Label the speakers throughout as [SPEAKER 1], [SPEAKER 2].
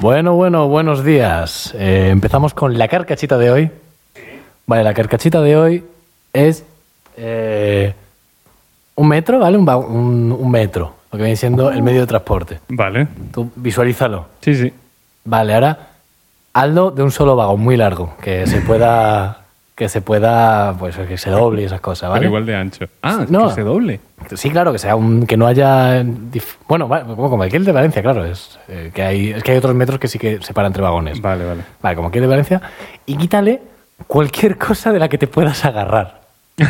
[SPEAKER 1] Bueno, bueno, buenos días. Eh, empezamos con la carcachita de hoy. Vale, la carcachita de hoy es eh, un metro, ¿vale? Un, ba- un- un metro, lo que viene siendo el medio de transporte.
[SPEAKER 2] Vale.
[SPEAKER 1] Tú visualízalo.
[SPEAKER 2] Sí, sí.
[SPEAKER 1] Vale, ahora hazlo de un solo vagón, muy largo, que se pueda, que se pueda, pues que se doble y esas cosas, ¿vale?
[SPEAKER 2] Pero igual de ancho. Ah,
[SPEAKER 1] No.
[SPEAKER 2] que se doble.
[SPEAKER 1] Sí, claro, que sea un, que no haya, dif- bueno, va- como como aquí el de Valencia, claro, es eh, que hay, es que hay otros metros que sí que separan entre vagones.
[SPEAKER 2] Vale, vale.
[SPEAKER 1] Vale, como aquí el de Valencia, y quítale cualquier cosa de la que te puedas agarrar.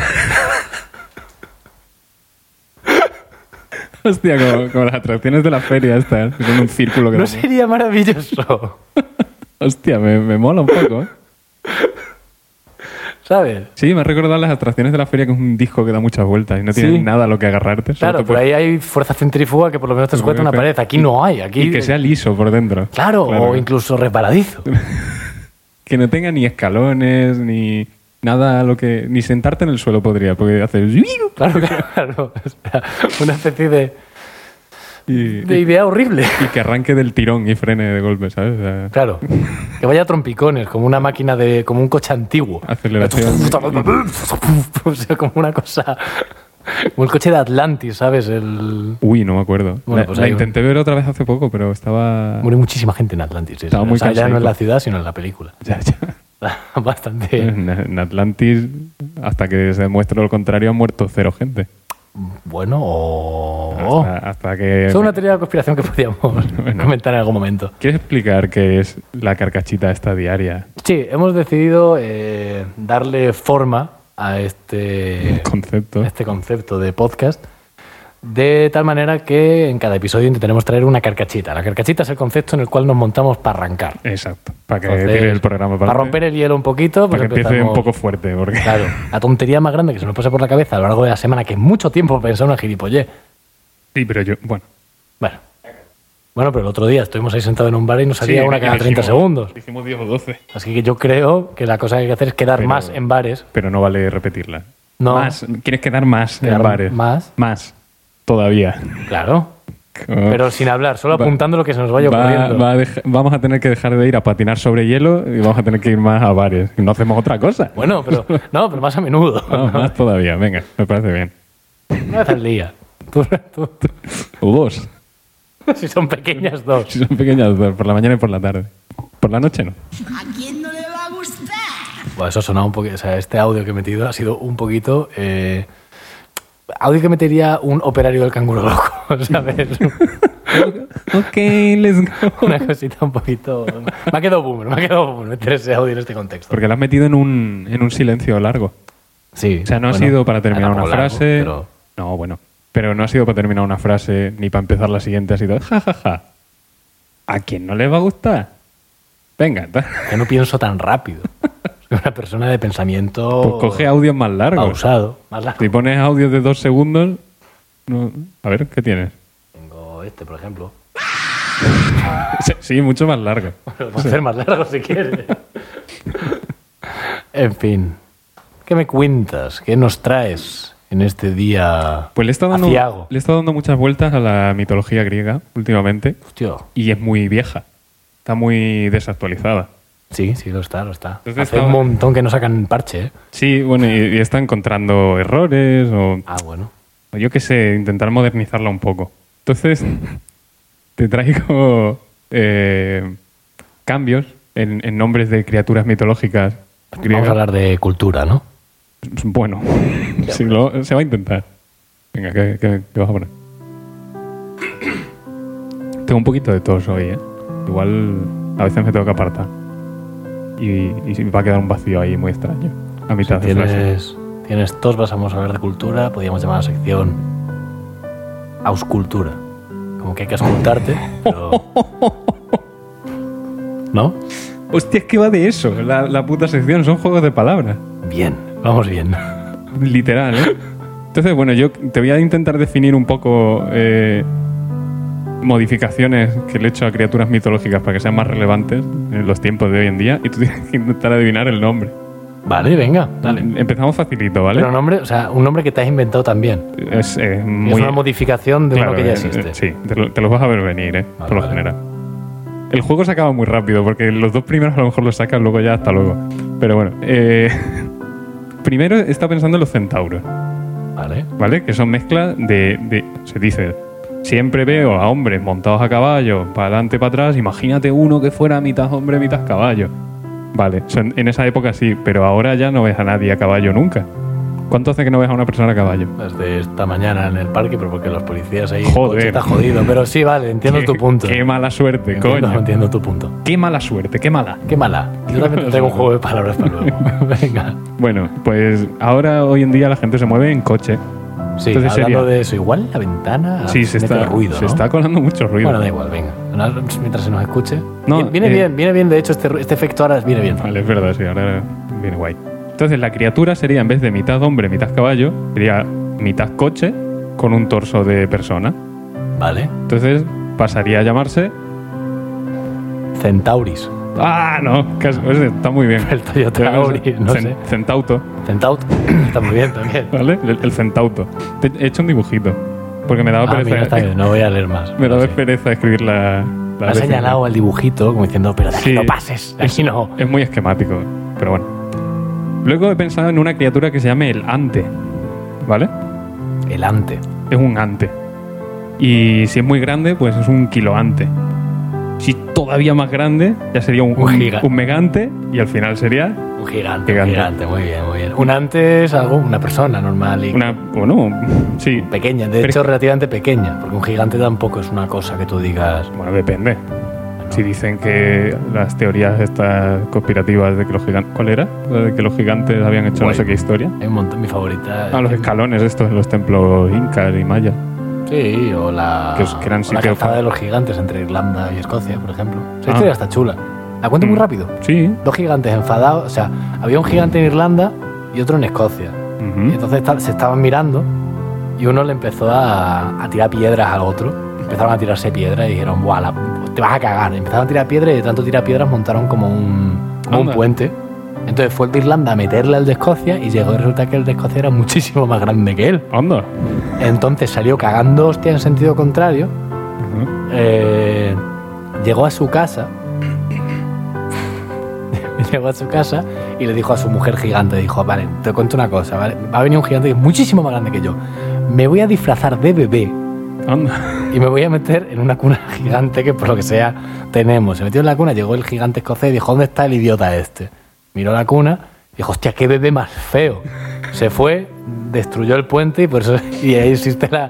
[SPEAKER 2] Hostia, como, como las atracciones de la feria estas, con un círculo que
[SPEAKER 1] ¿No
[SPEAKER 2] da-
[SPEAKER 1] sería maravilloso?
[SPEAKER 2] Hostia, me, me mola un poco, ¿eh?
[SPEAKER 1] ¿Sabes?
[SPEAKER 2] Sí, me ha recordado las atracciones de la feria, que es un disco que da muchas vueltas y no tiene
[SPEAKER 1] Sí.
[SPEAKER 2] nada a lo que agarrarte. solo
[SPEAKER 1] Claro,
[SPEAKER 2] te
[SPEAKER 1] por
[SPEAKER 2] puedes-
[SPEAKER 1] ahí hay fuerza centrífuga que por lo menos te
[SPEAKER 2] Como
[SPEAKER 1] sujetan
[SPEAKER 2] que-
[SPEAKER 1] una pared. Aquí no hay, aquí...
[SPEAKER 2] Y que sea liso por dentro.
[SPEAKER 1] Claro, o
[SPEAKER 2] que-
[SPEAKER 1] incluso resbaladizo.
[SPEAKER 2] Que no tenga ni escalones, ni nada a lo que... Ni sentarte en el suelo podría, porque haces...
[SPEAKER 1] Claro, claro, claro. O sea, una especie de,
[SPEAKER 2] Y,
[SPEAKER 1] de
[SPEAKER 2] y-
[SPEAKER 1] idea horrible.
[SPEAKER 2] y que arranque del tirón y frene de golpe, ¿sabes? O sea,
[SPEAKER 1] Claro. Que vaya a trompicones, como una máquina de. como un coche antiguo.
[SPEAKER 2] Aceleración.
[SPEAKER 1] O sea, como una cosa. Como el coche de Atlantis, ¿sabes? El...
[SPEAKER 2] Uy, no me acuerdo.
[SPEAKER 1] Bueno,
[SPEAKER 2] la
[SPEAKER 1] pues
[SPEAKER 2] la
[SPEAKER 1] ahí-
[SPEAKER 2] intenté ver otra vez hace poco, pero estaba...
[SPEAKER 1] Murió muchísima gente en Atlantis. sí,
[SPEAKER 2] Ah. Estaba
[SPEAKER 1] sí.
[SPEAKER 2] muy
[SPEAKER 1] o sea, ya no en
[SPEAKER 2] cansadico.
[SPEAKER 1] la ciudad, sino en la película.
[SPEAKER 2] Ya, ya.
[SPEAKER 1] Bastante.
[SPEAKER 2] En, en Atlantis, hasta que se demuestre lo contrario, han muerto cero gente.
[SPEAKER 1] Bueno, o.
[SPEAKER 2] Hasta, hasta que...
[SPEAKER 1] Eso Oh. es una teoría de conspiración que podíamos
[SPEAKER 2] Ah, Bueno.
[SPEAKER 1] comentar en algún momento.
[SPEAKER 2] ¿Quieres explicar qué es la carcachita esta diaria?
[SPEAKER 1] Sí, hemos decidido eh, darle forma a este.
[SPEAKER 2] Concepto.
[SPEAKER 1] este concepto de podcast, de tal manera que en cada episodio intentaremos traer una carcachita. La carcachita es el concepto en el cual nos montamos para arrancar.
[SPEAKER 2] Exacto. Para que
[SPEAKER 1] Entonces,
[SPEAKER 2] tire el programa.
[SPEAKER 1] para romper el hielo un poquito, pues
[SPEAKER 2] Para que empiece un
[SPEAKER 1] empezamos-
[SPEAKER 2] poco fuerte, porque...
[SPEAKER 1] Claro, la tontería más grande que se nos pasa por la cabeza a lo largo de la semana, que es mucho tiempo pensar una gilipollez.
[SPEAKER 2] Sí, pero yo... Bueno.
[SPEAKER 1] Bueno. Bueno, pero el otro día estuvimos ahí sentados en un bar y nos salía
[SPEAKER 2] Sí,
[SPEAKER 1] una
[SPEAKER 2] y
[SPEAKER 1] cada 30
[SPEAKER 2] dijimos-
[SPEAKER 1] segundos.
[SPEAKER 2] Dijimos 10 o 12.
[SPEAKER 1] Así que yo creo que la cosa que hay que hacer es quedar
[SPEAKER 2] Pero-
[SPEAKER 1] más en bares.
[SPEAKER 2] Pero no vale repetirla.
[SPEAKER 1] No.
[SPEAKER 2] Más. ¿Quieres quedar más
[SPEAKER 1] Quedar
[SPEAKER 2] en bares?
[SPEAKER 1] más.
[SPEAKER 2] Más. Todavía.
[SPEAKER 1] Claro. Pero sin hablar, solo
[SPEAKER 2] Va-
[SPEAKER 1] apuntando lo que se nos vaya
[SPEAKER 2] Va-
[SPEAKER 1] ocurriendo.
[SPEAKER 2] va a deja- vamos a tener que dejar de ir a patinar sobre hielo y vamos a tener que ir más a bares. Y No hacemos otra cosa.
[SPEAKER 1] Bueno, pero, no, pero más a menudo.
[SPEAKER 2] No, más todavía. Venga, me parece bien.
[SPEAKER 1] Una vez al día. Tú- tú- tú-
[SPEAKER 2] O dos.
[SPEAKER 1] si son pequeñas dos.
[SPEAKER 2] Si son pequeñas dos, por la mañana y por la tarde. Por la noche no.
[SPEAKER 3] ¿A quién no le va a gustar?
[SPEAKER 1] Bueno, eso sonaba un poquito. O sea, este audio que he metido ha sido un poquito. eh, audio que metería un operario del canguro loco, ¿sabes?
[SPEAKER 2] Ok, let's go.
[SPEAKER 1] Una cosita un poquito. Me ha quedado boomer, me ha quedado boomer meter ese audio en este contexto.
[SPEAKER 2] Porque la has metido en un, en un silencio largo.
[SPEAKER 1] Sí.
[SPEAKER 2] O sea, no ha
[SPEAKER 1] bueno,
[SPEAKER 2] sido para terminar una
[SPEAKER 1] tampoco largo,
[SPEAKER 2] frase.
[SPEAKER 1] pero-
[SPEAKER 2] No, bueno. Pero no ha sido para terminar una frase ni para empezar la siguiente. Ha sido ja, ja, ja. ¿A quién no le va a gustar? Venga, ta-
[SPEAKER 1] Yo no pienso tan rápido. Soy una persona de pensamiento.
[SPEAKER 2] pues coge audios más largos.
[SPEAKER 1] pausado. Más largo.
[SPEAKER 2] Si pones audios de dos segundos. no- A ver, ¿qué tienes?
[SPEAKER 1] Tengo este, por ejemplo.
[SPEAKER 2] Sí, sí, mucho más largo.
[SPEAKER 1] Lo puedo hacer más largo si quieres. en fin. ¿Qué me cuentas? ¿Qué nos traes en este día
[SPEAKER 2] Pues le he estado dando,
[SPEAKER 1] aciago?
[SPEAKER 2] le he estado dando muchas vueltas a la mitología griega últimamente.
[SPEAKER 1] Hostia,
[SPEAKER 2] Y es muy vieja. Está muy desactualizada.
[SPEAKER 1] sí, sí, lo está, lo está.
[SPEAKER 2] Entonces
[SPEAKER 1] Hace
[SPEAKER 2] estaba-
[SPEAKER 1] un montón que no sacan parche, ¿eh?
[SPEAKER 2] Sí, bueno, y, y está encontrando errores o
[SPEAKER 1] Ah, bueno.
[SPEAKER 2] o yo qué sé, intentar modernizarla un poco. Entonces, te traigo eh, cambios en, en nombres de criaturas mitológicas
[SPEAKER 1] Vamos a
[SPEAKER 2] griegas.
[SPEAKER 1] hablar de cultura, ¿no?
[SPEAKER 2] Bueno, si lo- se va a intentar. Venga, ¿qué, qué- qué vas a poner? Tengo un poquito de tos hoy, ¿eh? Igual a veces me tengo que apartar. Y, y va a quedar un vacío ahí muy extraño. A mitad de frase.
[SPEAKER 1] Tienes, tienes tos, pasamos a hablar de cultura. Podríamos llamar a la sección auscultura. Como que hay que auscultarte, pero... ¿No?
[SPEAKER 2] Hostia, es que va de eso. La, la puta sección son juegos de palabras.
[SPEAKER 1] Bien, vamos bien.
[SPEAKER 2] Literal, ¿eh? Entonces, bueno, yo te voy a intentar definir un poco eh, modificaciones que le he hecho a criaturas mitológicas para que sean más relevantes en los tiempos de hoy en día y tú tienes que intentar adivinar el nombre.
[SPEAKER 1] Vale, venga, dale.
[SPEAKER 2] Empezamos facilito, ¿vale?
[SPEAKER 1] Pero nombre, o sea, un nombre que te has inventado también.
[SPEAKER 2] Es, eh,
[SPEAKER 1] es
[SPEAKER 2] muy...
[SPEAKER 1] una modificación de
[SPEAKER 2] claro,
[SPEAKER 1] uno que ya
[SPEAKER 2] eh,
[SPEAKER 1] existe.
[SPEAKER 2] eh, sí, te lo, te lo vas a ver venir, ¿eh?
[SPEAKER 1] Vale,
[SPEAKER 2] por lo
[SPEAKER 1] vale.
[SPEAKER 2] general. El juego se acaba muy rápido, porque los dos primeros a lo mejor los sacas, luego ya hasta luego. Pero bueno, eh, primero está pensando en los centauros.
[SPEAKER 1] Vale.
[SPEAKER 2] ¿vale? Que son mezclas de, de- Se dice, siempre veo a hombres montados a caballo, para adelante, para atrás, imagínate uno que fuera mitad hombre, mitad caballo. Vale, son- en esa época sí, pero ahora ya no ves a nadie a caballo nunca. ¿Cuánto hace que no ves a una persona a caballo?
[SPEAKER 1] Desde Pues esta mañana en el parque, pero porque los policías ahí.
[SPEAKER 2] Joder.
[SPEAKER 1] el coche Está jodido. Pero sí, vale, entiendo
[SPEAKER 2] Qué-
[SPEAKER 1] tu punto.
[SPEAKER 2] Qué mala suerte,
[SPEAKER 1] entiendo,
[SPEAKER 2] coño.
[SPEAKER 1] entiendo tu punto.
[SPEAKER 2] Qué mala suerte, qué mala.
[SPEAKER 1] Qué mala. Yo también te traigo un juego de palabras para luego. Venga.
[SPEAKER 2] Bueno, pues ahora hoy en día la gente se mueve en coche.
[SPEAKER 1] Sí,
[SPEAKER 2] Entonces
[SPEAKER 1] hablando
[SPEAKER 2] sería-
[SPEAKER 1] de eso, igual la ventana
[SPEAKER 2] Sí, se
[SPEAKER 1] Ah, mete
[SPEAKER 2] está,
[SPEAKER 1] ruido,
[SPEAKER 2] se
[SPEAKER 1] ¿no?
[SPEAKER 2] está colando mucho ruido.
[SPEAKER 1] Bueno, da igual, venga. No, Mientras se nos escuche.
[SPEAKER 2] No,
[SPEAKER 1] Viene- viene
[SPEAKER 2] eh,
[SPEAKER 1] bien, viene bien. De hecho, este, este efecto ahora viene bien.
[SPEAKER 2] Vale, es verdad, sí, ahora viene guay. Entonces la criatura sería, en vez de mitad hombre, mitad caballo, sería mitad coche con un torso de persona.
[SPEAKER 1] Vale.
[SPEAKER 2] Entonces pasaría a llamarse...
[SPEAKER 1] Centauris.
[SPEAKER 2] Ah, no, casi- o sea, está muy bien.
[SPEAKER 1] El Toyota Auris, no
[SPEAKER 2] Cen-
[SPEAKER 1] sé.
[SPEAKER 2] Centauto,
[SPEAKER 1] Centaut. Está muy bien también.
[SPEAKER 2] ¿vale? El, el centauto. Te- He hecho un dibujito, porque me daba
[SPEAKER 1] Ah,
[SPEAKER 2] pereza,
[SPEAKER 1] mira, está bien, no voy a leer más.
[SPEAKER 2] me daba
[SPEAKER 1] Sí.
[SPEAKER 2] pereza escribir la... la
[SPEAKER 1] Ha
[SPEAKER 2] definición.
[SPEAKER 1] señalado el dibujito como diciendo, pero de aquí
[SPEAKER 2] Sí.
[SPEAKER 1] no pases, de aquí no.
[SPEAKER 2] Es muy esquemático, pero bueno. Luego he pensado en una criatura que se llame el ante, ¿vale?
[SPEAKER 1] El ante.
[SPEAKER 2] es un ante. Y si es muy grande, pues es un kiloante. Si todavía más grande, ya sería un,
[SPEAKER 1] Un giga.
[SPEAKER 2] un megante y al final sería
[SPEAKER 1] Un gigante,
[SPEAKER 2] Gigante.
[SPEAKER 1] un gigante, muy bien, muy bien. Un ante es algo, una persona normal y
[SPEAKER 2] una... Bueno, sí.
[SPEAKER 1] pequeña, de
[SPEAKER 2] Pero-
[SPEAKER 1] hecho relativamente pequeña, porque un gigante tampoco es una cosa que tú digas.
[SPEAKER 2] Bueno, depende. Si dicen que las teorías estas conspirativas de que los gigantes... ¿Cuál era? La De que los gigantes habían hecho no
[SPEAKER 1] Bueno.
[SPEAKER 2] sé qué historia.
[SPEAKER 1] Hay un montón, mi favorita.
[SPEAKER 2] Ah, los escalones estos en los templos incas y mayas.
[SPEAKER 1] Sí, o la,
[SPEAKER 2] Que os- que eran
[SPEAKER 1] o la
[SPEAKER 2] sitios
[SPEAKER 1] calzada
[SPEAKER 2] para-
[SPEAKER 1] de los gigantes entre Irlanda y Escocia, por ejemplo. Esa
[SPEAKER 2] Ah.
[SPEAKER 1] historia está chula. La cuento muy
[SPEAKER 2] Mm.
[SPEAKER 1] rápido.
[SPEAKER 2] Sí.
[SPEAKER 1] Dos gigantes enfadados, o sea, había un gigante en Irlanda y otro en Escocia. Y
[SPEAKER 2] Ujú.
[SPEAKER 1] entonces esta- se estaban mirando y uno le empezó a, a tirar piedras al otro. Empezaron a tirarse piedras y dijeron, Buah, la- te vas a cagar. Empezaron a tirar piedras y de tanto tirar piedras montaron como un, como un
[SPEAKER 2] Anda.
[SPEAKER 1] puente. Entonces fue el de Irlanda a meterle al de Escocia y llegó y resulta que el de Escocia era muchísimo más grande que él.
[SPEAKER 2] Anda.
[SPEAKER 1] Entonces salió cagando hostia en sentido contrario.
[SPEAKER 2] Ujú.
[SPEAKER 1] eh, llegó a su casa. llegó a su casa y le dijo a su mujer gigante, dijo, vale, te cuento una cosa, ¿vale? Va a venir un gigante que es muchísimo más grande que yo. Me voy a disfrazar de bebé
[SPEAKER 2] Anda.
[SPEAKER 1] y me voy a meter en una cuna gigante que por lo que sea tenemos. Se metió en la cuna, llegó el gigante escocés y dijo, ¿dónde está el idiota este? Miró la cuna y dijo, hostia, qué bebé más feo. Se fue, destruyó el puente y por eso y ahí existe la,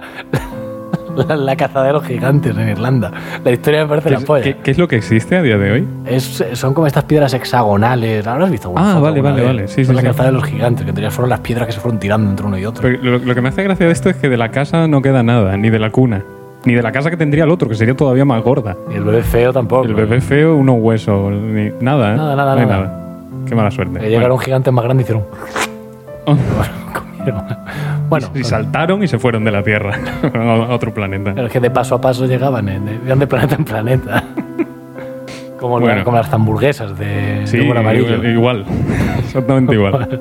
[SPEAKER 1] la, la cazada de los gigantes en Irlanda. La historia me parece
[SPEAKER 2] ¿Qué
[SPEAKER 1] la
[SPEAKER 2] es-
[SPEAKER 1] polla.
[SPEAKER 2] qué- ¿Qué es lo que existe a día de hoy?
[SPEAKER 1] Es- son como estas piedras hexagonales. ¿Ahora has visto? alguna
[SPEAKER 2] Ah,
[SPEAKER 1] foto
[SPEAKER 2] vale,
[SPEAKER 1] alguna
[SPEAKER 2] vale,
[SPEAKER 1] vez?
[SPEAKER 2] vale. Sí,
[SPEAKER 1] Son
[SPEAKER 2] sí,
[SPEAKER 1] la
[SPEAKER 2] sí.
[SPEAKER 1] cazada de los gigantes, que en teoría fueron las piedras que se fueron tirando entre uno y otro.
[SPEAKER 2] Pero lo, lo que me hace gracia de esto es que de la casa no queda nada, ni de la cuna, ni de la casa que tendría el otro, que sería todavía más gorda.
[SPEAKER 1] y el bebé feo tampoco.
[SPEAKER 2] El bebé feo, unos huesos, ni nada, ¿eh?
[SPEAKER 1] Nada, nada,
[SPEAKER 2] No hay
[SPEAKER 1] nada.
[SPEAKER 2] Qué mala suerte.
[SPEAKER 1] Eh, Llegaron gigantes más grandes y hicieron...
[SPEAKER 2] Bueno.
[SPEAKER 1] comieron. Bueno,
[SPEAKER 2] y saltaron y se fueron de la Tierra a otro planeta.
[SPEAKER 1] pero es que de paso a paso llegaban, eh, de, iban de planeta en planeta. Como, la-
[SPEAKER 2] Bueno.
[SPEAKER 1] como las hamburguesas de,
[SPEAKER 2] Sí,
[SPEAKER 1] de humor amarillo.
[SPEAKER 2] igual, igual. exactamente igual.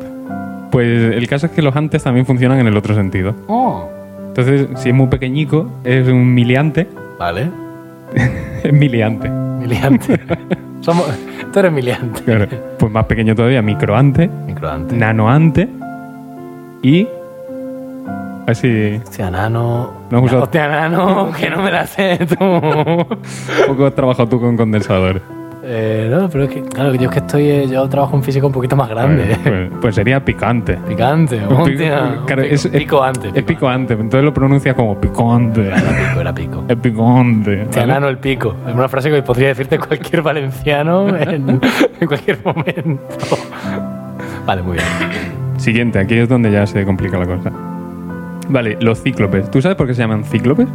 [SPEAKER 2] Pues el caso es que los antes también funcionan en el otro sentido.
[SPEAKER 1] Oh,
[SPEAKER 2] Entonces, si es muy pequeñico, es un miliante,
[SPEAKER 1] vale.
[SPEAKER 2] es miliante.
[SPEAKER 1] Miliante. Somos, tú eres miliante.
[SPEAKER 2] Claro. Pues más pequeño todavía, microante.
[SPEAKER 1] Microante.
[SPEAKER 2] Este, nanoante y así
[SPEAKER 1] Hostia, nano.
[SPEAKER 2] No has usado-
[SPEAKER 1] Hostia, nano, que no me la sé tú.
[SPEAKER 2] un poco has trabajado tú con condensador.
[SPEAKER 1] Eh, no, pero es que, claro, yo es que estoy. eh, Yo trabajo en física un poquito más grande. eh.
[SPEAKER 2] Pues, pues sería picante.
[SPEAKER 1] Picante,
[SPEAKER 2] Un pi-
[SPEAKER 1] hostia.
[SPEAKER 2] claro,
[SPEAKER 1] pico,
[SPEAKER 2] es- es-
[SPEAKER 1] pico antes.
[SPEAKER 2] Es picante, entonces lo pronuncia como picante.
[SPEAKER 1] Era pico, era pico.
[SPEAKER 2] Es picante.
[SPEAKER 1] Te
[SPEAKER 2] ¿vale?
[SPEAKER 1] anano el pico. Es una frase que podría decirte cualquier valenciano en, en cualquier momento. Vale, muy bien.
[SPEAKER 2] Siguiente, aquí es donde ya se complica la cosa. Vale, los cíclopes. ¿Tú sabes por qué se llaman cíclopes?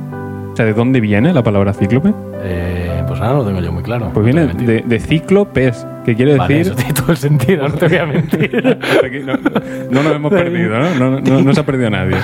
[SPEAKER 2] O sea, ¿de dónde viene la palabra cíclope?
[SPEAKER 1] Eh, pues ahora no lo tengo yo muy claro.
[SPEAKER 2] Pues viene de, de cíclopes, que quiere
[SPEAKER 1] Vale,
[SPEAKER 2] decir...
[SPEAKER 1] eso tiene todo el sentido, no te voy a mentir.
[SPEAKER 2] Hasta aquí no, no nos hemos perdido, ¿no? No, no- no se ha perdido nadie.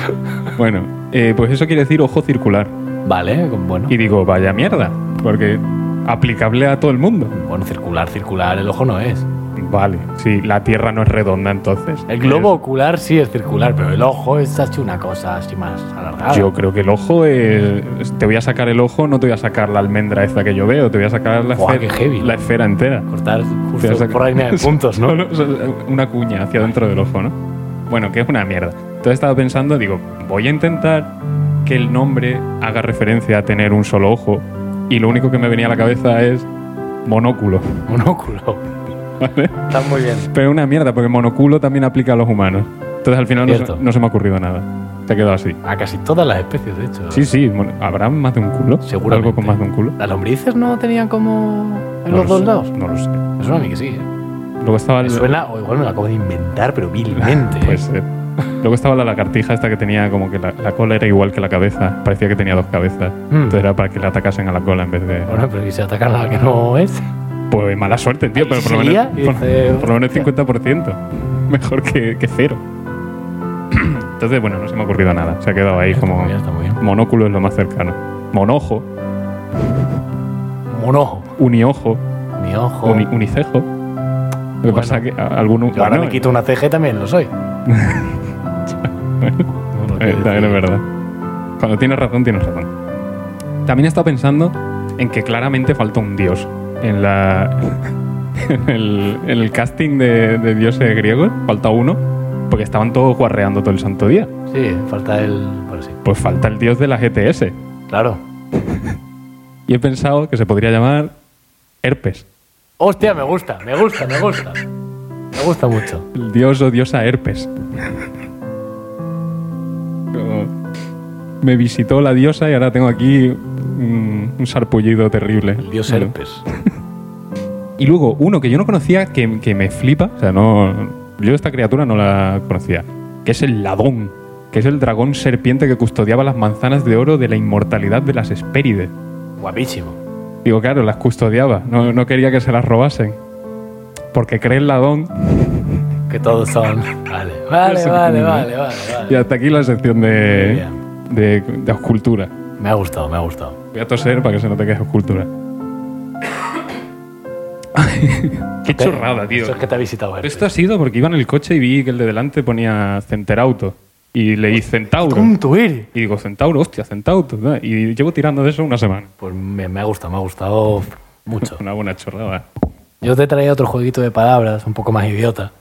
[SPEAKER 2] Bueno, eh, pues eso quiere decir ojo circular.
[SPEAKER 1] Vale, con- bueno.
[SPEAKER 2] Y digo, vaya mierda, porque aplicable a todo el mundo.
[SPEAKER 1] Bueno, circular, circular, el ojo no es.
[SPEAKER 2] Vale, sí, la Tierra no es redonda entonces. pues,
[SPEAKER 1] El globo ocular sí es circular, pero el ojo es así una cosa así más alargada.
[SPEAKER 2] Yo creo que el ojo es... Te voy a sacar el ojo, no te voy a sacar la almendra esa que yo veo, te voy a sacar la,
[SPEAKER 1] Buah,
[SPEAKER 2] esfera,
[SPEAKER 1] qué heavy.
[SPEAKER 2] la esfera entera.
[SPEAKER 1] Cortar
[SPEAKER 2] Te
[SPEAKER 1] justo
[SPEAKER 2] vas a-
[SPEAKER 1] por la línea de puntos, ¿no?
[SPEAKER 2] Solo- solo una cuña hacia dentro del ojo, ¿no? Bueno, que es una mierda. Entonces estaba pensando, digo, voy a intentar que el nombre haga referencia a tener un solo ojo. Y lo único que me venía a la cabeza es monóculo.
[SPEAKER 1] Monóculo.
[SPEAKER 2] ¿vale?
[SPEAKER 1] Está muy bien.
[SPEAKER 2] Pero es una mierda, porque monóculo también aplica a los humanos. Entonces al final no se,
[SPEAKER 1] Cierto.
[SPEAKER 2] no se me ha ocurrido nada. Se ha quedado así.
[SPEAKER 1] A casi todas las especies, de hecho.
[SPEAKER 2] Sí, sí, mon- ¿habrá más de un culo?
[SPEAKER 1] Seguramente.
[SPEAKER 2] ¿Algo con más de un culo?
[SPEAKER 1] ¿Las lombrices no tenían como en
[SPEAKER 2] No
[SPEAKER 1] los
[SPEAKER 2] lo
[SPEAKER 1] dos
[SPEAKER 2] sé,
[SPEAKER 1] lados?
[SPEAKER 2] No lo sé.
[SPEAKER 1] Me suena a mí que sí. ¿eh?
[SPEAKER 2] Luego estaba
[SPEAKER 1] Me
[SPEAKER 2] el-
[SPEAKER 1] suena, o igual me lo acabo de inventar, pero vilmente. ¿eh?
[SPEAKER 2] Pues eh, luego estaba la lagartija esta que tenía como que la, la cola era igual que la cabeza. Parecía que tenía dos cabezas.
[SPEAKER 1] Mm.
[SPEAKER 2] Entonces era para que le atacasen a la cola en vez de...
[SPEAKER 1] Bueno, pero ¿y si atacan a la que no es?
[SPEAKER 2] Pues mala suerte, tío,
[SPEAKER 1] Ahí
[SPEAKER 2] pero por lo,
[SPEAKER 1] se
[SPEAKER 2] menos,
[SPEAKER 1] lía y
[SPEAKER 2] por,
[SPEAKER 1] dice,
[SPEAKER 2] por lo menos
[SPEAKER 1] hostia.
[SPEAKER 2] 50%. Mejor que, que cero. Entonces, bueno, no se me ha ocurrido nada. Se ha quedado ahí
[SPEAKER 1] Está
[SPEAKER 2] como
[SPEAKER 1] muy bien, está muy bien.
[SPEAKER 2] monóculo es lo más cercano. Monojo,
[SPEAKER 1] Monojo.
[SPEAKER 2] uniojo,
[SPEAKER 1] Mi ojo.
[SPEAKER 2] uni- unicejo. Lo que
[SPEAKER 1] Bueno.
[SPEAKER 2] pasa que a- algún...
[SPEAKER 1] Yo ahora
[SPEAKER 2] bueno,
[SPEAKER 1] me quito una ceja y también lo soy. No lo
[SPEAKER 2] Eh,
[SPEAKER 1] quiero
[SPEAKER 2] también es
[SPEAKER 1] decir.
[SPEAKER 2] verdad. Cuando tienes razón, tienes razón. También he estado pensando en que claramente falta un dios. En la. En el, en el casting de, de dioses griegos, falta uno, porque estaban todos guarreando todo el santo día.
[SPEAKER 1] Sí, falta el. Bueno, sí.
[SPEAKER 2] Pues falta el dios de la GTS.
[SPEAKER 1] Claro.
[SPEAKER 2] Y he pensado que se podría llamar Herpes.
[SPEAKER 1] Hostia, me gusta, me gusta, me gusta. Me gusta mucho.
[SPEAKER 2] El dios o diosa Herpes. Como, Me visitó la diosa y ahora tengo aquí un, un sarpullido terrible.
[SPEAKER 1] El dios
[SPEAKER 2] Bueno.
[SPEAKER 1] herpes.
[SPEAKER 2] Y luego, uno que yo no conocía, que, que me flipa, o sea, no. Yo esta criatura no la conocía, que es el Ladón, que es el dragón serpiente que custodiaba las manzanas de oro de la inmortalidad de las Hespérides.
[SPEAKER 1] Guapísimo.
[SPEAKER 2] Digo, claro, las custodiaba, no, no quería que se las robasen. Porque cree el Ladón,
[SPEAKER 1] Que todos son. Vale, vale,
[SPEAKER 2] Eso que ¿eh?
[SPEAKER 1] vale,
[SPEAKER 2] tiene,
[SPEAKER 1] vale, vale, vale.
[SPEAKER 2] y hasta aquí la sección de,
[SPEAKER 1] Muy
[SPEAKER 2] de, de oscultura.
[SPEAKER 1] Me ha gustado, me ha gustado.
[SPEAKER 2] Voy a toser para que se note que es oscultura. Qué chorrada, tío.
[SPEAKER 1] Eso es que te ha visitado
[SPEAKER 2] Pero
[SPEAKER 1] herpes.
[SPEAKER 2] esto ha sido porque iba en el coche y vi que el de delante ponía Centerauto. Y leí Centauro.
[SPEAKER 1] Tonto eres.
[SPEAKER 2] Y digo, Centauro, hostia, Centauto. ¿no? Y llevo tirando de eso una semana.
[SPEAKER 1] Pues me, me ha gustado, me ha gustado mucho.
[SPEAKER 2] Una buena chorrada.
[SPEAKER 1] Yo te traía otro jueguito de palabras, un poco más idiota.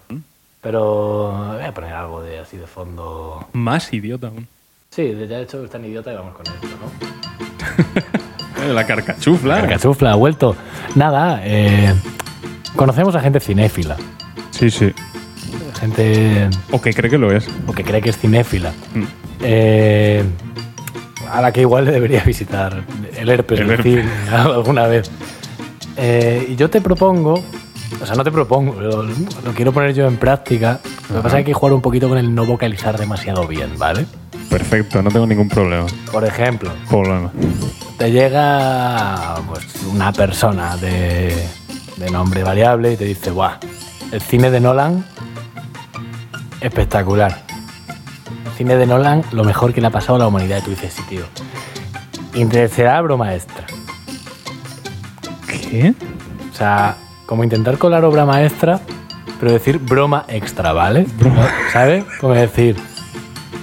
[SPEAKER 1] Pero voy a poner algo de así de fondo.
[SPEAKER 2] Más idiota aún.
[SPEAKER 1] Sí, de- ya he hecho es tan idiota y vamos con esto, ¿no?
[SPEAKER 2] Eh, La
[SPEAKER 1] Ah.
[SPEAKER 2] carcachufla.
[SPEAKER 1] Carcachufla, ha vuelto. Nada, eh, conocemos a gente cinéfila,
[SPEAKER 2] sí, sí.
[SPEAKER 1] gente
[SPEAKER 2] O que cree que lo es.
[SPEAKER 1] o que cree que es cinéfila,
[SPEAKER 2] Mm.
[SPEAKER 1] eh, a la que igual le debería visitar el herpes
[SPEAKER 2] El
[SPEAKER 1] del
[SPEAKER 2] herpes.
[SPEAKER 1] cine alguna vez. Eh, y yo te propongo, o sea, no te propongo, lo, lo quiero poner yo en práctica. Lo que pasa es que hay que jugar un poquito con el no vocalizar demasiado bien, ¿vale?
[SPEAKER 2] Perfecto, no tengo ningún problema.
[SPEAKER 1] Por ejemplo,
[SPEAKER 2] Problema.
[SPEAKER 1] te llega pues, una persona de, de nombre variable y te dice, guau, el cine de Nolan, espectacular. El cine de Nolan, lo mejor que le ha pasado a la humanidad. Y tú dices, sí, tío. Intentará "Ah, broma maestra.
[SPEAKER 2] ¿Qué?
[SPEAKER 1] O sea, como intentar colar obra maestra, pero decir broma extra, ¿vale? ¿Sabes? Como decir,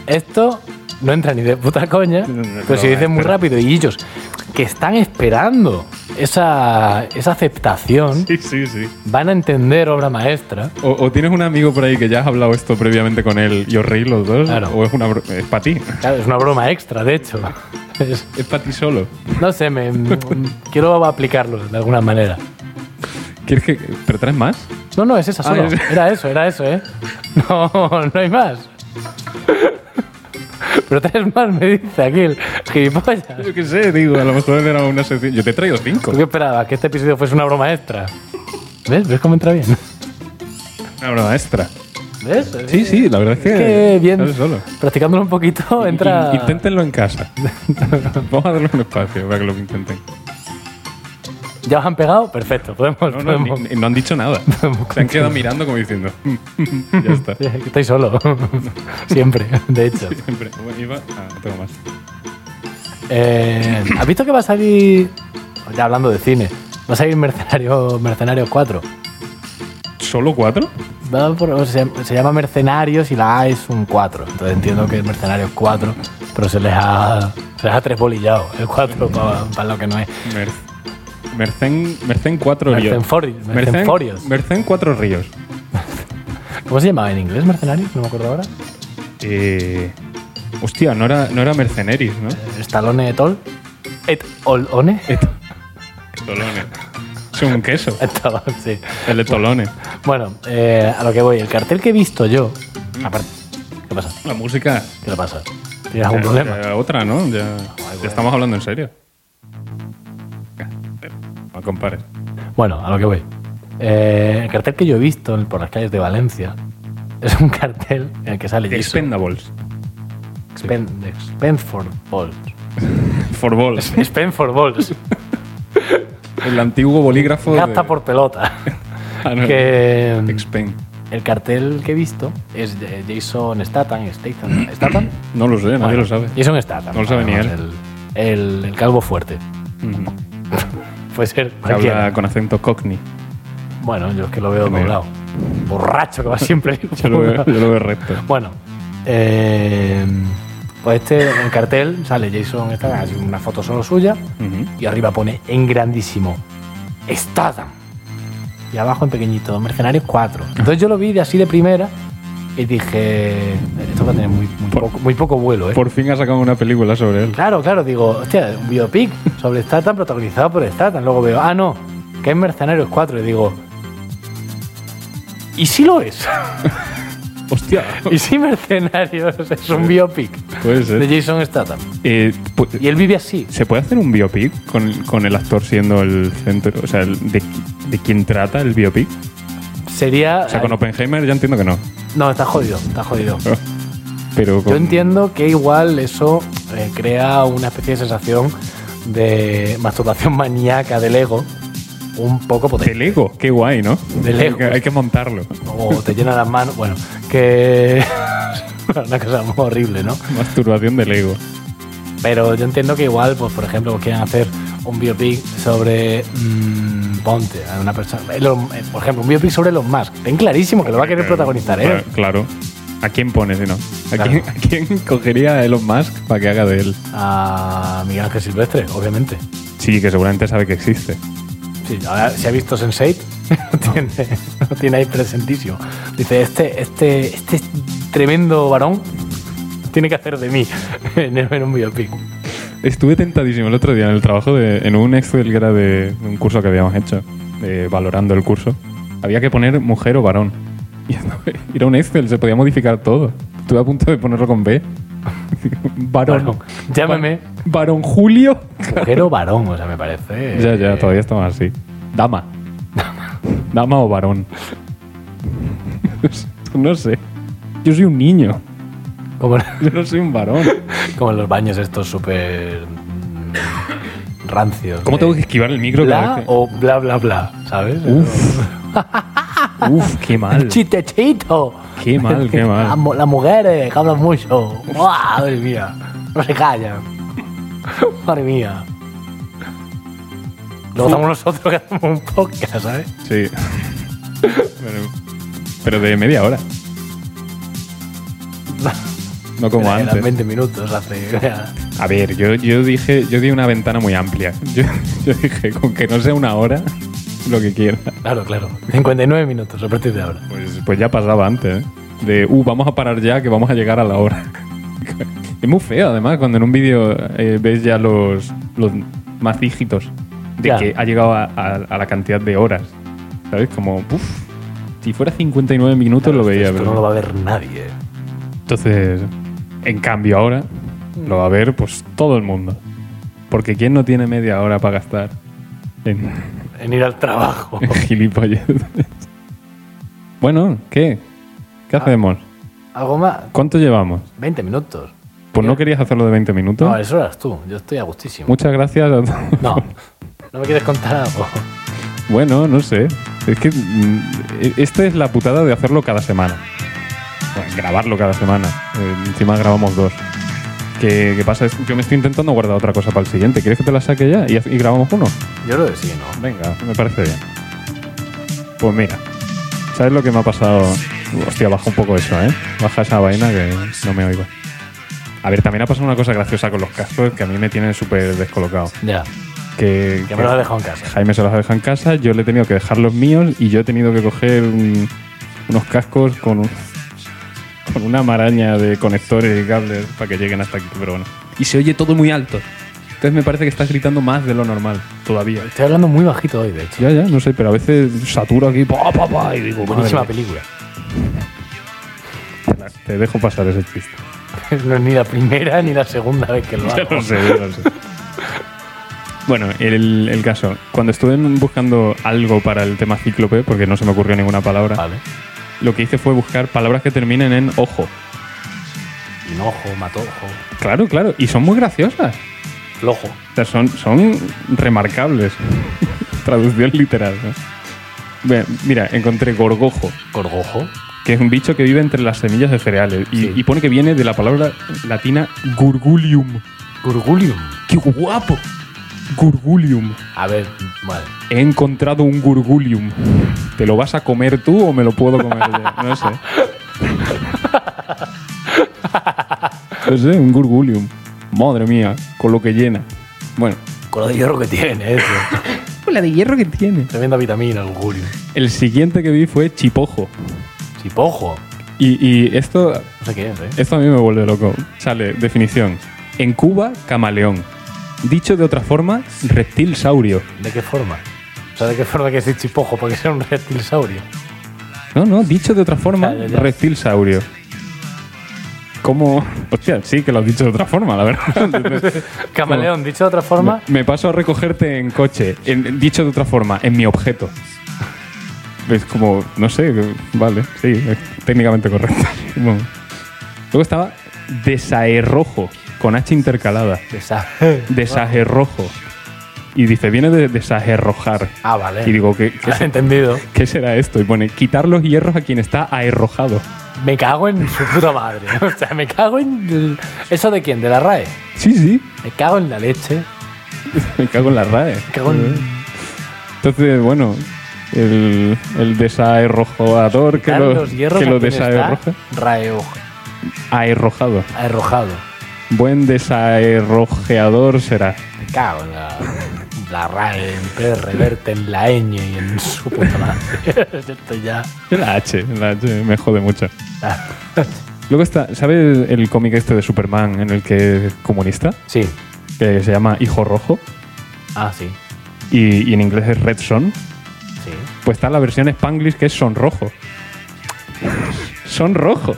[SPEAKER 1] esto no entra ni de puta coña,
[SPEAKER 2] No, no,
[SPEAKER 1] pero si
[SPEAKER 2] broma
[SPEAKER 1] dices muy
[SPEAKER 2] extra.
[SPEAKER 1] rápido y ellos que están esperando esa, esa aceptación,
[SPEAKER 2] Sí, sí, sí.
[SPEAKER 1] van a entender obra maestra.
[SPEAKER 2] O, o tienes un amigo por ahí que ya has hablado esto previamente con él y os reís los dos.
[SPEAKER 1] Claro.
[SPEAKER 2] O es una bro- es para ti.
[SPEAKER 1] Claro, es una broma extra, de hecho. Es-
[SPEAKER 2] Es para ti solo.
[SPEAKER 1] no sé, me, m- quiero aplicarlo de alguna manera.
[SPEAKER 2] ¿Quieres que. ¿Pero traes más?
[SPEAKER 1] No, no, es esa
[SPEAKER 2] Ah,
[SPEAKER 1] solo.
[SPEAKER 2] es-
[SPEAKER 1] Era eso, era eso, ¿eh? No, no hay más. Pero tres más me dice aquí el gilipollas.
[SPEAKER 2] Yo qué sé, digo, a lo mejor era una sección. Yo te he traído cinco.
[SPEAKER 1] ¿Tú qué esperabas? ¿Que este episodio fuese una broma extra? ¿Ves? ¿Ves cómo entra bien?
[SPEAKER 2] Una broma extra.
[SPEAKER 1] ¿Ves?
[SPEAKER 2] Sí, sí, la verdad es que.
[SPEAKER 1] Es que bien,
[SPEAKER 2] sale solo.
[SPEAKER 1] practicándolo un poquito, entra...
[SPEAKER 2] In- Inténtenlo en casa. Vamos a darle un espacio para que lo intenten.
[SPEAKER 1] ¿Ya os han pegado? Perfecto, podemos...
[SPEAKER 2] No, no,
[SPEAKER 1] podemos...
[SPEAKER 2] ni- no han dicho nada. Se han quedado mirando como diciendo. ya está.
[SPEAKER 1] Sí, que Estoy solo. Siempre, de hecho.
[SPEAKER 2] Siempre. Bueno, iba- Ah, no tengo más.
[SPEAKER 1] Eh, ¿Has visto que va a salir... Ya hablando de cine. Va a salir Mercenario, Mercenario 4.
[SPEAKER 2] ¿Solo cuatro?
[SPEAKER 1] Va por- se, se llama Mercenarios y la A es un 4. Entonces entiendo que Mercenarios 4, pero se les ha, se les ha tres bolillado el 4 para lo que no es.
[SPEAKER 2] Mer- Mercen, Mercen cuatro ríos.
[SPEAKER 1] Mercenfori- Mercenforios.
[SPEAKER 2] Mercen, Mercen cuatro ríos.
[SPEAKER 1] ¿Cómo se llamaba en inglés Mercenarios? No me acuerdo ahora.
[SPEAKER 2] Eh, hostia, no era, no era Merceneris, ¿no?
[SPEAKER 1] Stallone et al. Et al one.
[SPEAKER 2] Et- Tolone. Es un queso.
[SPEAKER 1] Estaba- sí.
[SPEAKER 2] El de Tolone.
[SPEAKER 1] Bueno, eh, a lo que voy. El cartel que he visto yo. Aparte. ¿Qué pasa?
[SPEAKER 2] La música.
[SPEAKER 1] ¿Qué le pasa? ¿Tienes algún
[SPEAKER 2] Ya-
[SPEAKER 1] problema?
[SPEAKER 2] ya otra, ¿no? Ya, ya estamos hablando en serio. No compares.
[SPEAKER 1] Bueno, a lo que voy. Eh, el cartel que yo he visto en- por las calles de Valencia es un cartel en el que sale Jisoo.
[SPEAKER 2] Expendables.
[SPEAKER 1] Expen- Expenford Balls.
[SPEAKER 2] For balls.
[SPEAKER 1] Expenford Balls.
[SPEAKER 2] El antiguo bolígrafo. de-
[SPEAKER 1] Gasta por pelota.
[SPEAKER 2] Ah, no.
[SPEAKER 1] que mm,
[SPEAKER 2] Expen.
[SPEAKER 1] el cartel que he visto es de Jason Statham. Statham. ¿Statham?
[SPEAKER 2] No lo sé, nadie
[SPEAKER 1] Bueno,
[SPEAKER 2] lo sabe.
[SPEAKER 1] Jason Statham.
[SPEAKER 2] No lo sabe ni
[SPEAKER 1] Vamos,
[SPEAKER 2] él.
[SPEAKER 1] El, el- el calvo fuerte.
[SPEAKER 2] Ujú.
[SPEAKER 1] Puede ser
[SPEAKER 2] Que
[SPEAKER 1] cualquiera.
[SPEAKER 2] habla con acento cockney.
[SPEAKER 1] Bueno, yo es que lo veo
[SPEAKER 2] Que me-
[SPEAKER 1] doblado. Borracho que va siempre.
[SPEAKER 2] Yo lo veo, yo lo veo recto.
[SPEAKER 1] Bueno, eh, pues este en el cartel sale Jason Statham, así una foto solo suya,
[SPEAKER 2] Ujú.
[SPEAKER 1] y arriba pone en grandísimo Statham. Y abajo en pequeñito, Mercenarios 4. Entonces yo lo vi de así de primera y dije, esto va a tener muy, muy
[SPEAKER 2] Por-
[SPEAKER 1] poco, muy poco vuelo, ¿eh?
[SPEAKER 2] Por fin ha sacado una película sobre él.
[SPEAKER 1] Claro, claro, digo, hostia, un biopic sobre Statham protagonizado por Statham. Luego veo, ah, no, que es Mercenarios 4. Y digo, ¿y si lo es?
[SPEAKER 2] Hostia.
[SPEAKER 1] ¿Y si Mercenarios es un biopic?
[SPEAKER 2] Puede
[SPEAKER 1] de
[SPEAKER 2] ser.
[SPEAKER 1] Jason Statham.
[SPEAKER 2] Eh, pu-
[SPEAKER 1] Y él vive así.
[SPEAKER 2] ¿Se puede hacer un biopic con, con el actor siendo el centro? O sea, el- de, qui- de quién trata el biopic?
[SPEAKER 1] Sería. eh,
[SPEAKER 2] O sea, con Oppenheimer ya entiendo que no.
[SPEAKER 1] No, está jodido, está jodido.
[SPEAKER 2] Pero con-
[SPEAKER 1] Yo entiendo que igual eso eh, crea una especie de sensación de masturbación maníaca del ego un poco
[SPEAKER 2] De
[SPEAKER 1] potente.
[SPEAKER 2] Lego, qué guay, ¿no?
[SPEAKER 1] De Lego.
[SPEAKER 2] Hay que, hay que montarlo.
[SPEAKER 1] O te llena las manos. Bueno, que. una cosa muy horrible, ¿no?
[SPEAKER 2] Masturbación de Lego.
[SPEAKER 1] Pero yo entiendo que igual, pues por ejemplo, pues, quieren hacer un biopic sobre. mm, ponte, a una persona. Elon- eh, por ejemplo, un biopic sobre Elon Musk. Ten clarísimo que lo va a querer
[SPEAKER 2] Pero,
[SPEAKER 1] protagonizar, ¿eh?
[SPEAKER 2] cla- Claro. ¿A quién pones, si no? ¿A,
[SPEAKER 1] Claro.
[SPEAKER 2] quién, a quién cogería a Elon Musk para que haga de él?
[SPEAKER 1] A Miguel Ángel Silvestre, obviamente.
[SPEAKER 2] Sí, que seguramente sabe que existe.
[SPEAKER 1] Sí, ahora si ha visto Sense8, lo tiene, lo tiene ahí presentísimo. Dice, este, este, este tremendo varón tiene que hacer de mí en, en un biopic.
[SPEAKER 2] Estuve tentadísimo el otro día en el trabajo, de, en un Excel que era de un curso que habíamos hecho, de valorando el curso. Había que poner mujer o varón. Y era un Excel, se podía modificar todo. Estuve a punto de ponerlo con B. varón.
[SPEAKER 1] Varón. Llámame.
[SPEAKER 2] Va- Varón Julio.
[SPEAKER 1] Mujer o varón, o sea, me parece.
[SPEAKER 2] ya,
[SPEAKER 1] eh,
[SPEAKER 2] ya, todavía estamos así. Dama. Dama o varón. no sé. Yo soy un niño.
[SPEAKER 1] Como,
[SPEAKER 2] Yo no soy un varón.
[SPEAKER 1] como en los baños estos súper mm, rancios.
[SPEAKER 2] ¿Cómo
[SPEAKER 1] de
[SPEAKER 2] tengo que esquivar el micro? cada
[SPEAKER 1] Bla
[SPEAKER 2] vez que-
[SPEAKER 1] o bla, bla, bla, ¿sabes?
[SPEAKER 2] Uf. Uf, qué mal.
[SPEAKER 1] Chistecito.
[SPEAKER 2] Qué mal, qué mal.
[SPEAKER 1] Las mu- Las mujeres que hablan mucho. ¡Buah! Madre mía. No se callan. Madre mía. Luego estamos nosotros que hacemos un podcast, ¿sabes?
[SPEAKER 2] Sí. pero, pero de media hora. No como
[SPEAKER 1] Eran
[SPEAKER 2] antes.
[SPEAKER 1] 20 minutos hace.
[SPEAKER 2] A ver, yo, yo dije, yo di una ventana muy amplia. Yo, yo dije, con que no sea una hora, lo que quiera.
[SPEAKER 1] Claro, claro. 59 minutos a partir de ahora.
[SPEAKER 2] Pues, pues ya pasaba antes, ¿eh? De, uh, vamos a parar ya, que vamos a llegar a la hora. es muy feo, además, cuando en un vídeo eh, ves ya los, los más dígitos de
[SPEAKER 1] Ya.
[SPEAKER 2] que ha llegado a, a- a la cantidad de horas. ¿Sabes? Como, uff, si fuera 59 minutos lo veía,
[SPEAKER 1] Esto
[SPEAKER 2] pero
[SPEAKER 1] no lo va a ver nadie.
[SPEAKER 2] Entonces, en cambio ahora lo va a ver pues todo el mundo. Porque ¿quién no tiene media hora para gastar en,
[SPEAKER 1] En ir al trabajo.
[SPEAKER 2] en gilipolleces? Bueno, ¿qué? ¿Qué
[SPEAKER 1] Ah.
[SPEAKER 2] hacemos?
[SPEAKER 1] Algo más.
[SPEAKER 2] ¿Cuánto llevamos?
[SPEAKER 1] 20 minutos.
[SPEAKER 2] Pues no querías hacerlo de 20 minutos.
[SPEAKER 1] No, eso eras tú. Yo estoy a gustísimo.
[SPEAKER 2] Muchas gracias. a todos.
[SPEAKER 1] No. ¿No me quieres contar algo?
[SPEAKER 2] Bueno, no sé. Es que mm, e- esta es la putada de hacerlo cada semana. Bueno, grabarlo cada semana. Eh, encima grabamos dos. ¿Qué, qué pasa? Es- Yo me estoy intentando guardar otra cosa para el siguiente. ¿Quieres que te la saque ya y, ha- y grabamos uno?
[SPEAKER 1] Yo lo decía, ¿no?
[SPEAKER 2] Venga, me parece bien. Pues mira, ¿Sabes lo que me ha pasado? Hostia, baja un poco eso, ¿eh? Baja esa vaina que no me oigo. A ver, también ha pasado una cosa graciosa con los cascos que a mí me tienen súper descolocado.
[SPEAKER 1] Ya.
[SPEAKER 2] Que,
[SPEAKER 1] Que me los ha dejado en casa.
[SPEAKER 2] Jaime se los ha dejado en casa, yo le he tenido que dejar los míos y yo he tenido que coger un- unos cascos con, un- con una maraña de conectores y cables para que lleguen hasta aquí, pero bueno. Y se oye todo muy alto. Entonces me parece que estás gritando más de lo normal todavía.
[SPEAKER 1] Estoy hablando muy bajito hoy, de hecho.
[SPEAKER 2] Ya, ya, no sé, pero a veces saturo aquí, pa, pa, pa, y digo,
[SPEAKER 1] Buenísima
[SPEAKER 2] madre
[SPEAKER 1] película.
[SPEAKER 2] mía, te dejo pasar ese chiste.
[SPEAKER 1] no es ni la primera ni la segunda vez que lo
[SPEAKER 2] Ya
[SPEAKER 1] hago.
[SPEAKER 2] lo sé, ya lo sé. Bueno, el, el caso. Cuando estuve buscando algo para el tema cíclope, porque no se me ocurrió ninguna palabra,
[SPEAKER 1] Vale.
[SPEAKER 2] lo que hice fue buscar palabras que terminen en ojo.
[SPEAKER 1] Hinojo, matojo,
[SPEAKER 2] Claro, claro. Y son muy graciosas.
[SPEAKER 1] flojo.
[SPEAKER 2] O sea, son, son remarcables. Traducción literal. ¿no? Ve- Mira, encontré gorgojo,
[SPEAKER 1] Gorgojo.
[SPEAKER 2] que es un bicho que vive entre las semillas de cereales. Y,
[SPEAKER 1] Sí.
[SPEAKER 2] y pone que viene de la palabra latina gurgulium.
[SPEAKER 1] Gurgulium.
[SPEAKER 2] ¡Qué guapo! Gurgulium.
[SPEAKER 1] A ver, vale.
[SPEAKER 2] He encontrado un gurgulium. ¿Te lo vas a comer tú o me lo puedo comer yo? No sé. No sé, un gurgulium. Madre mía, con lo que llena. Bueno,
[SPEAKER 1] Con lo de hierro que tiene, eso.
[SPEAKER 2] con la de hierro que tiene.
[SPEAKER 1] Tremenda vitamina, el gurgulium.
[SPEAKER 2] El siguiente que vi fue chipojo.
[SPEAKER 1] Chipojo.
[SPEAKER 2] Y, y esto,
[SPEAKER 1] No sé qué es, ¿eh?
[SPEAKER 2] esto a mí me vuelve loco. Sale, definición. En Cuba, camaleón. Dicho de otra forma, reptil saurio.
[SPEAKER 1] ¿De qué forma? O sea, ¿de qué forma que es chipojo? Porque sea un reptilsaurio.
[SPEAKER 2] No, no, dicho de otra forma,
[SPEAKER 1] Ya, ya, ya.
[SPEAKER 2] reptilsaurio. ¿Cómo? Hostia, sí que lo has dicho de otra forma, la verdad.
[SPEAKER 1] Camaleón, dicho de otra forma,
[SPEAKER 2] Me paso a recogerte en coche, en- dicho de otra forma, en mi objeto. Es como, no sé, vale, sí, es técnicamente correcto. Bueno. Luego estaba desaerrojo, con H intercalada.
[SPEAKER 1] desa-
[SPEAKER 2] Desajerrojo. Y dice, viene de desajerrojar.
[SPEAKER 1] Ah, vale.
[SPEAKER 2] Y digo, ¿qué, qué,
[SPEAKER 1] ¿Has entendido?
[SPEAKER 2] qué será esto? Y pone, quitar los hierros a quien está aherrojado.
[SPEAKER 1] Me cago en su puta madre. O sea, me cago en. el- ¿Eso de quién? ¿De la RAE?
[SPEAKER 2] Sí, sí.
[SPEAKER 1] Me cago en la leche.
[SPEAKER 2] Me cago en la RAE.
[SPEAKER 1] Me cago en.
[SPEAKER 2] Entonces, bueno, el, el desaerrojador que
[SPEAKER 1] Dar
[SPEAKER 2] lo,
[SPEAKER 1] los hierros
[SPEAKER 2] que
[SPEAKER 1] a
[SPEAKER 2] lo
[SPEAKER 1] quien está
[SPEAKER 2] desaerroja.
[SPEAKER 1] RAE, ojo.
[SPEAKER 2] Aerrojado.
[SPEAKER 1] Arrojado.
[SPEAKER 2] Buen desaerrojeador será.
[SPEAKER 1] Me cago en la, la RAE, en PR, Verte, en la ñ y en su puta madre. Esto ya.
[SPEAKER 2] Yo La H, la H me jode mucho.
[SPEAKER 1] Ah,
[SPEAKER 2] Luego está, ¿sabes el cómic este de Superman en el que es comunista?
[SPEAKER 1] Sí.
[SPEAKER 2] Que se llama Hijo Rojo
[SPEAKER 1] Ah, sí.
[SPEAKER 2] y, y en inglés es Red Son.
[SPEAKER 1] Sí.
[SPEAKER 2] Pues está la versión Spanglish que es Sonrojo. Sonrojo.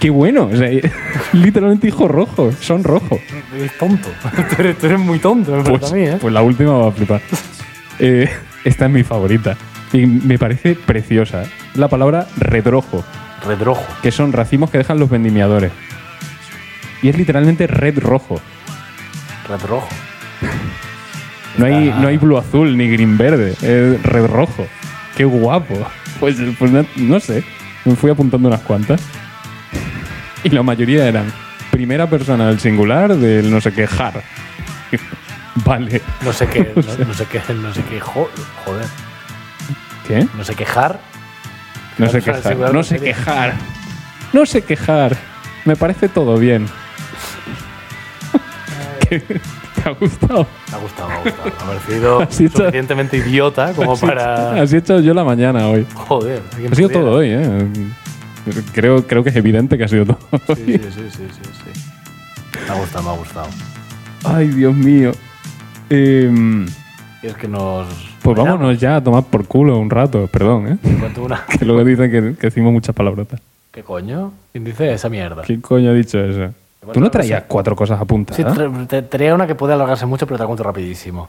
[SPEAKER 2] Qué bueno. o sea, literalmente Hijo Rojo. Sonrojo.
[SPEAKER 1] Eres tonto. Tú eres, tú eres muy tonto, me
[SPEAKER 2] Pues,
[SPEAKER 1] parece a mí, ¿eh?
[SPEAKER 2] pues la última va a flipar. Eh, esta es mi favorita. Y me parece preciosa. ¿eh? La palabra redrojo,
[SPEAKER 1] Redrojo.
[SPEAKER 2] que son racimos que dejan los vendimiadores. Y es literalmente red rojo.
[SPEAKER 1] Redrojo.
[SPEAKER 2] No hay, no hay blue azul ni green verde. Es red rojo. Qué guapo. Pues, pues no, no sé. Me fui apuntando unas cuantas. Y la mayoría eran primera persona del singular del no sé qué jar. vale.
[SPEAKER 1] No sé qué. No, no sé qué. No sé qué. jo- Joder.
[SPEAKER 2] ¿Qué?
[SPEAKER 1] No sé quejar.
[SPEAKER 2] No sé
[SPEAKER 1] O sea,
[SPEAKER 2] quejar.
[SPEAKER 1] seguramente
[SPEAKER 2] No sé
[SPEAKER 1] sería.
[SPEAKER 2] quejar. No sé quejar. Me parece todo bien. ¿Qué? ¿Te ha gustado?
[SPEAKER 1] Me ha gustado, me ha gustado. Me ha parecido
[SPEAKER 2] Has hecho-
[SPEAKER 1] suficientemente idiota como para.
[SPEAKER 2] Así he hecho yo la mañana hoy.
[SPEAKER 1] Joder. ¿quién
[SPEAKER 2] Ha sido
[SPEAKER 1] pudiera?
[SPEAKER 2] todo hoy, ¿eh? Creo, creo que es evidente que ha sido todo.
[SPEAKER 1] Sí,
[SPEAKER 2] hoy.
[SPEAKER 1] sí, sí, sí, sí, sí. Me ha gustado, me ha gustado.
[SPEAKER 2] Ay, Dios mío. Em,
[SPEAKER 1] Y es que nos.
[SPEAKER 2] pues
[SPEAKER 1] vayamos.
[SPEAKER 2] vámonos ya a tomar por culo un rato, perdón, ¿eh?
[SPEAKER 1] Te cuento una.
[SPEAKER 2] Que luego dicen que, que decimos muchas palabrotas.
[SPEAKER 1] ¿Qué coño? ¿Quién dice esa mierda?
[SPEAKER 2] ¿Quién coño ha dicho eso? Tú
[SPEAKER 1] no
[SPEAKER 2] no
[SPEAKER 1] lo
[SPEAKER 2] traías
[SPEAKER 1] sé.
[SPEAKER 2] cuatro cosas apuntadas.
[SPEAKER 1] Sí, tra- te traía una que puede alargarse mucho, pero te la cuento rapidísimo.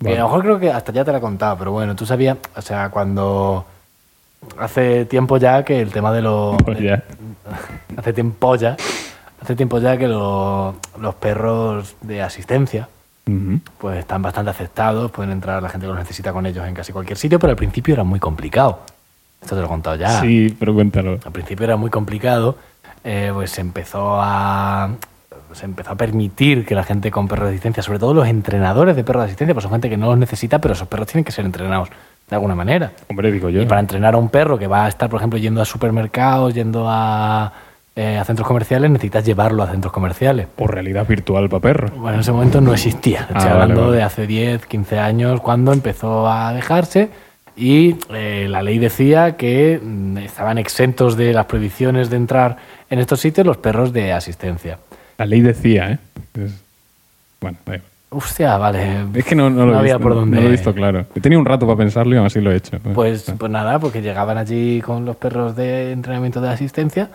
[SPEAKER 2] vale.
[SPEAKER 1] Eh, a lo mejor creo que hasta ya te la he contado, pero bueno, tú sabías, o sea, cuando hace tiempo ya que el tema de los...
[SPEAKER 2] Pues ya.
[SPEAKER 1] hace tiempo ya, hace tiempo ya que lo- los perros de asistencia,
[SPEAKER 2] Ujú.
[SPEAKER 1] pues están bastante aceptados, pueden entrar la gente que los necesita con ellos en casi cualquier sitio, pero al principio era muy complicado. Esto te lo he contado ya.
[SPEAKER 2] Sí, pero cuéntalo.
[SPEAKER 1] Al principio era muy complicado, eh, pues se empezó a se empezó a permitir que la gente con perros de asistencia, sobre todo los entrenadores de perros de asistencia, pues son gente que no los necesita, pero esos perros tienen que ser entrenados. de alguna manera.
[SPEAKER 2] Hombre, digo yo.
[SPEAKER 1] Y para entrenar a un perro que va a estar, por ejemplo, yendo a supermercados, yendo a, eh, a centros comerciales, necesitas llevarlo a centros comerciales.
[SPEAKER 2] O realidad virtual para perros.
[SPEAKER 1] Bueno, en ese momento no existía. Estoy
[SPEAKER 2] Ah, vale,
[SPEAKER 1] hablando
[SPEAKER 2] vale.
[SPEAKER 1] de hace 10, 15 años, cuando empezó a dejarse. Y eh, la ley decía que mm, estaban exentos de las prohibiciones de entrar en estos sitios los perros de asistencia.
[SPEAKER 2] La ley decía, ¿eh? Es- Bueno, da igual.
[SPEAKER 1] Hostia, vale.
[SPEAKER 2] es que no, no lo, he,
[SPEAKER 1] había
[SPEAKER 2] visto,
[SPEAKER 1] por
[SPEAKER 2] no
[SPEAKER 1] dónde.
[SPEAKER 2] lo he visto claro. He tenido un rato para pensarlo y aún así lo he hecho.
[SPEAKER 1] Pues, pues nada, porque llegaban allí con los perros de entrenamiento de asistencia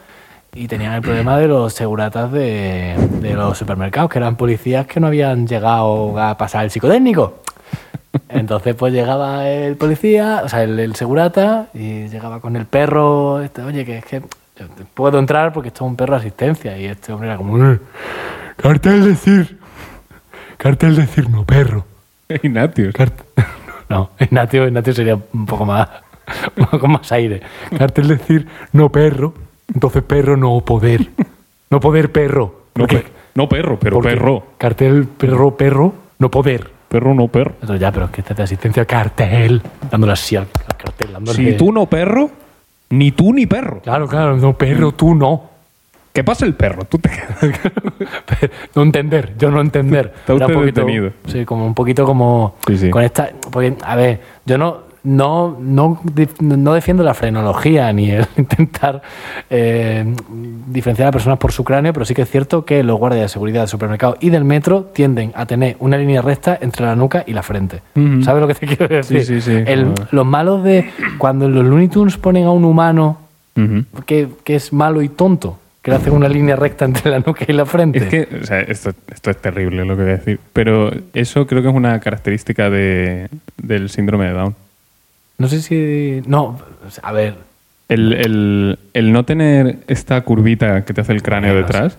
[SPEAKER 1] y tenían el problema de los seguratas de, de los supermercados, que eran policías que no habían llegado a pasar el psicotécnico. Entonces, pues llegaba el policía, o sea, el, el segurata, y llegaba con el perro, este, oye, que es que yo te puedo entrar porque esto es un perro de asistencia. Y este hombre era como, "Eh, cartel decir, cartel decir no perro.
[SPEAKER 2] Ignatius.
[SPEAKER 1] Cart- No, Ignacio, Ignacio sería un poco más, un poco más aire. Cartel decir no perro, entonces perro no poder. No poder perro.
[SPEAKER 2] No,
[SPEAKER 1] Porque-
[SPEAKER 2] per- no perro, pero
[SPEAKER 1] porque
[SPEAKER 2] perro.
[SPEAKER 1] Cartel perro perro, no poder.
[SPEAKER 2] Perro no perro.
[SPEAKER 1] Pero ya, pero es que esta es de asistencia cartel. Dándole así al, al cartel. dándole-
[SPEAKER 2] Si tú no perro, ni tú ni perro.
[SPEAKER 1] Claro, claro, no perro, tú no.
[SPEAKER 2] ¿Qué pasa el perro? Tú te quedas.
[SPEAKER 1] no entender, yo no entender.
[SPEAKER 2] Está
[SPEAKER 1] Era
[SPEAKER 2] usted
[SPEAKER 1] un poquito-
[SPEAKER 2] detenido.
[SPEAKER 1] Sí, como un poquito como
[SPEAKER 2] Sí, sí.
[SPEAKER 1] con esta porque a ver, yo no no no, dif- no defiendo la frenología ni el intentar eh, diferenciar a personas por su cráneo, pero sí que es cierto que los guardias de seguridad del supermercado y del metro tienden a tener una línea recta entre la nuca y la frente.
[SPEAKER 2] Ujú.
[SPEAKER 1] ¿Sabes lo que te quiero decir?
[SPEAKER 2] sí, sí,
[SPEAKER 1] El-
[SPEAKER 2] claro.
[SPEAKER 1] los malos de cuando en los Looney Tunes ponen a un humano
[SPEAKER 2] Ujú.
[SPEAKER 1] que, que es malo y tonto, que le hacen una línea recta entre la nuca y la frente.
[SPEAKER 2] Es que, o sea, esto, esto es terrible lo que voy a decir, pero eso creo que es una característica de, del síndrome de Down.
[SPEAKER 1] No sé si. No, o sea, a ver.
[SPEAKER 2] El, el- el no tener esta curvita que te hace el cráneo
[SPEAKER 1] Menos.
[SPEAKER 2] detrás,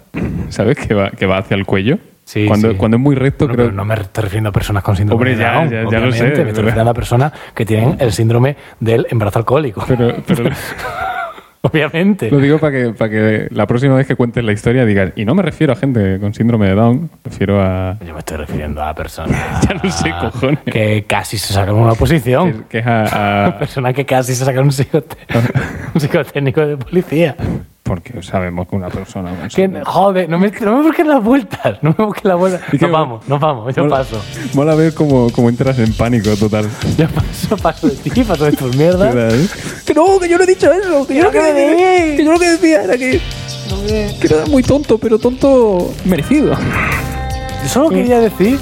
[SPEAKER 2] ¿sabes? Que va, que va hacia el cuello.
[SPEAKER 1] Sí,
[SPEAKER 2] cuando,
[SPEAKER 1] sí.
[SPEAKER 2] cuando es muy recto,
[SPEAKER 1] No,
[SPEAKER 2] creo.
[SPEAKER 1] pero no me estoy refiriendo a personas con síndrome
[SPEAKER 2] Hombre,
[SPEAKER 1] de
[SPEAKER 2] ya,
[SPEAKER 1] Down.
[SPEAKER 2] ya- ya lo
[SPEAKER 1] obviamente.
[SPEAKER 2] sé,
[SPEAKER 1] Me
[SPEAKER 2] pero-
[SPEAKER 1] estoy refiriendo a personas que tienen el síndrome del embarazo alcohólico.
[SPEAKER 2] pero- pero
[SPEAKER 1] obviamente.
[SPEAKER 2] lo digo para que, para que la próxima vez que cuentes la historia digas, y no me refiero a gente con síndrome de Down, me refiero a.
[SPEAKER 1] Yo me estoy refiriendo a personas.
[SPEAKER 2] Ya lo sé, cojones.
[SPEAKER 1] Que casi se sacan una oposición.
[SPEAKER 2] Que es a- a-
[SPEAKER 1] Personas que casi se sacan un, psicote- un psicotécnico de policía.
[SPEAKER 2] porque sabemos que una persona. con
[SPEAKER 1] Que,
[SPEAKER 2] síndrome-
[SPEAKER 1] joder, no me, no me busques las vueltas. No me busques las vueltas.
[SPEAKER 2] Y que-
[SPEAKER 1] Nos vamos, nos vamos. Yo
[SPEAKER 2] Mola-
[SPEAKER 1] paso.
[SPEAKER 2] Mola ver cómo, cómo entras en pánico total.
[SPEAKER 1] Yo paso, paso de ti, paso de tus mierdas.
[SPEAKER 2] ¿Verdad?
[SPEAKER 4] ¿Ah?
[SPEAKER 2] ¿eh?
[SPEAKER 4] Que no, que yo no he dicho eso. Que yo, lo que, que yo lo que decía era que. Que era muy tonto, pero tonto merecido.
[SPEAKER 1] Yo solo quería decir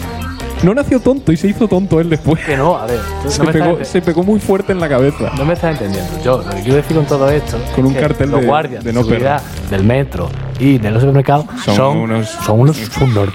[SPEAKER 2] No nació tonto y se hizo tonto él después.
[SPEAKER 1] que no, a ver, tú
[SPEAKER 2] Se,
[SPEAKER 1] no, me
[SPEAKER 2] pegó,
[SPEAKER 1] estás,
[SPEAKER 2] se pegó muy fuerte en la cabeza.
[SPEAKER 1] no me estás entendiendo. Yo lo que quiero decir con todo esto es
[SPEAKER 2] Con un
[SPEAKER 1] que
[SPEAKER 2] cartel
[SPEAKER 1] los
[SPEAKER 2] de-
[SPEAKER 1] guardias
[SPEAKER 2] de
[SPEAKER 1] de,
[SPEAKER 2] no
[SPEAKER 1] seguridad del metro y de los supermercados
[SPEAKER 2] Son
[SPEAKER 1] son,
[SPEAKER 2] unos-
[SPEAKER 1] son unos subnormales.